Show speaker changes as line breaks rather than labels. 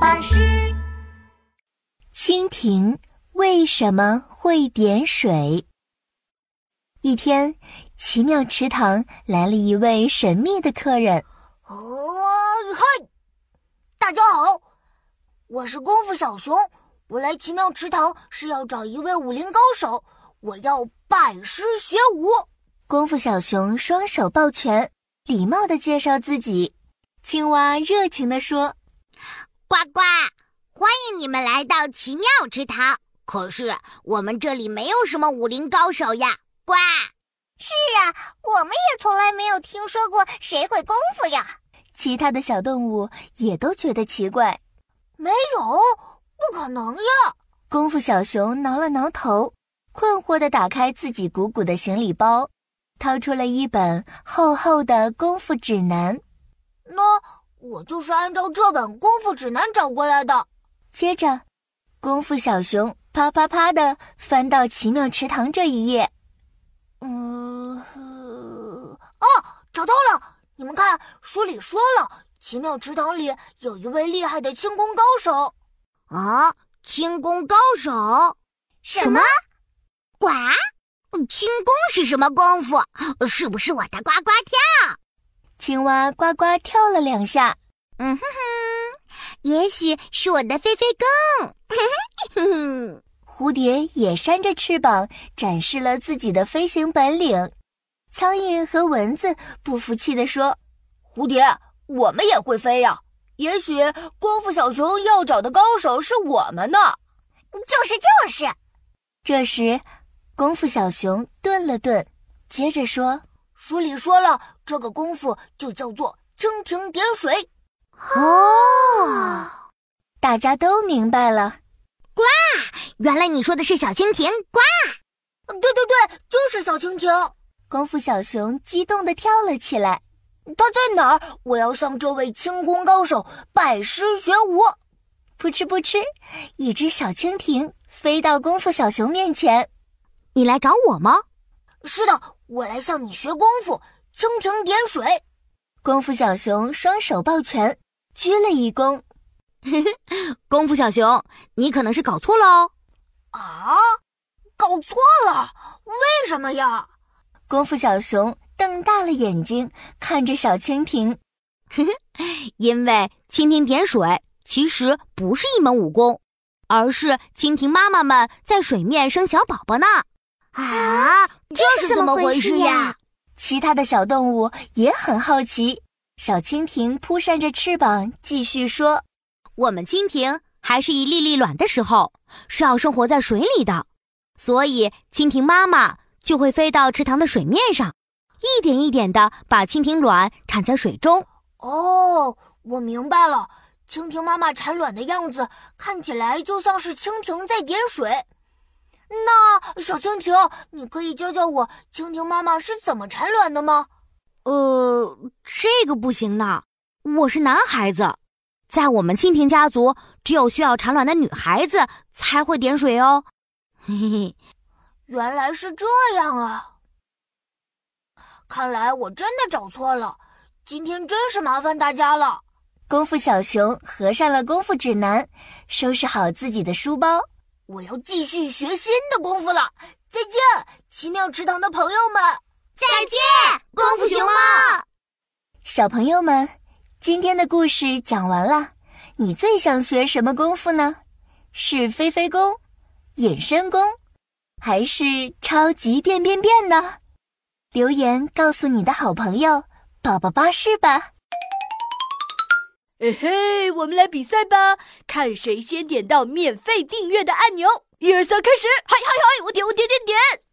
巴士。
蜻蜓为什么会点水？一天，奇妙池塘来了一位神秘的客人。
哦嗨，大家好，我是功夫小熊，我来奇妙池塘是要找一位武林高手，我要拜师学武。
功夫小熊双手抱拳，礼貌的介绍自己。青蛙热情地说
呱呱，欢迎你们来到奇妙池塘。可是我们这里没有什么武林高手呀，呱！
啊我们也从来没有听说过谁会功夫呀？：“
其他的小动物也都觉得奇怪。
没有，不可能呀！”
功夫小熊挠了挠头，困惑地打开自己鼓鼓的行李包，掏出了一本厚厚的功夫指南。
那我就是按照这本功夫指南找过来的。
接着，功夫小熊啪啪啪地翻到奇妙池塘这一页。嗯，
呃，哦，找到了！你们看，书里说了，奇妙池塘里有一位厉害的轻功高手。
啊，轻功高手？
什么？
呱！轻功是什么功夫？是不是我的呱呱跳？
青蛙呱呱跳了两下，
也许是我的飞飞更。
蝴蝶也扇着翅膀展示了自己的飞行本领。苍蝇和蚊子不服气地说
蝴蝶，我们也会飞呀、也许功夫小熊要找的高手是我们呢。就是就是，：“
这时，功夫小熊顿了顿，接着说
书里说了，这个功夫就叫做蜻蜓点水。
哦，：‘
大家都明白了。’
原来你说的是小蜻蜓，呱！
对
嗯
对对，就是小蜻蜓。
功夫小熊激动地跳了起来。”
他在哪儿？我要向这位轻功高手拜师学武。
扑哧扑哧，一只小蜻蜓飞到功夫小熊面前。
你来找我吗？
是的，我来向你学功夫，蜻蜓点水。
功夫小熊双手抱拳，鞠了一躬。
功夫小熊，你可能是搞错了哦。
啊，搞错了，为什么呀？
功夫小熊瞪大了眼睛看着小蜻蜓。
因为蜻蜓点水其实不是一门武功，而是蜻蜓妈妈们在水面生小宝宝呢。啊，这
是怎么回事呀？
其他的小动物也很好奇。小蜻蜓扑扇着翅膀，继续说
我们蜻蜓还是一粒粒卵的时候，是要生活在水里的，所以蜻蜓妈妈就会飞到池塘的水面上，一点一点的把蜻蜓卵产在水中。
哦，我明白了，蜻蜓妈妈产卵的样子看起来就像是蜻蜓在点水。那小蜻蜓，你可以教教我蜻蜓妈妈是怎么产卵的吗？
呃，这个不行呢，我是男孩子，在我们蜻蜓家族，只有需要产卵的女孩子才会点水哦。嘿嘿嘿，
原来是这样啊！看来我真的找错了，今天真是麻烦大家了。：“
功夫小熊合上了功夫指南，收拾好自己的书包。
我要继续学新的功夫了。再见，奇妙池塘的朋友们！
功夫熊猫，”
小朋友们，今天的故事讲完了。你最想学什么功夫呢？是飞飞功、隐身功，还是超级变变变呢？留言告诉你的好朋友宝宝巴士吧。
嘿哎嘿，我们来比赛吧，看谁先点到免费订阅的按钮。一二三，开始！嗨嗨嗨，我点我点点点。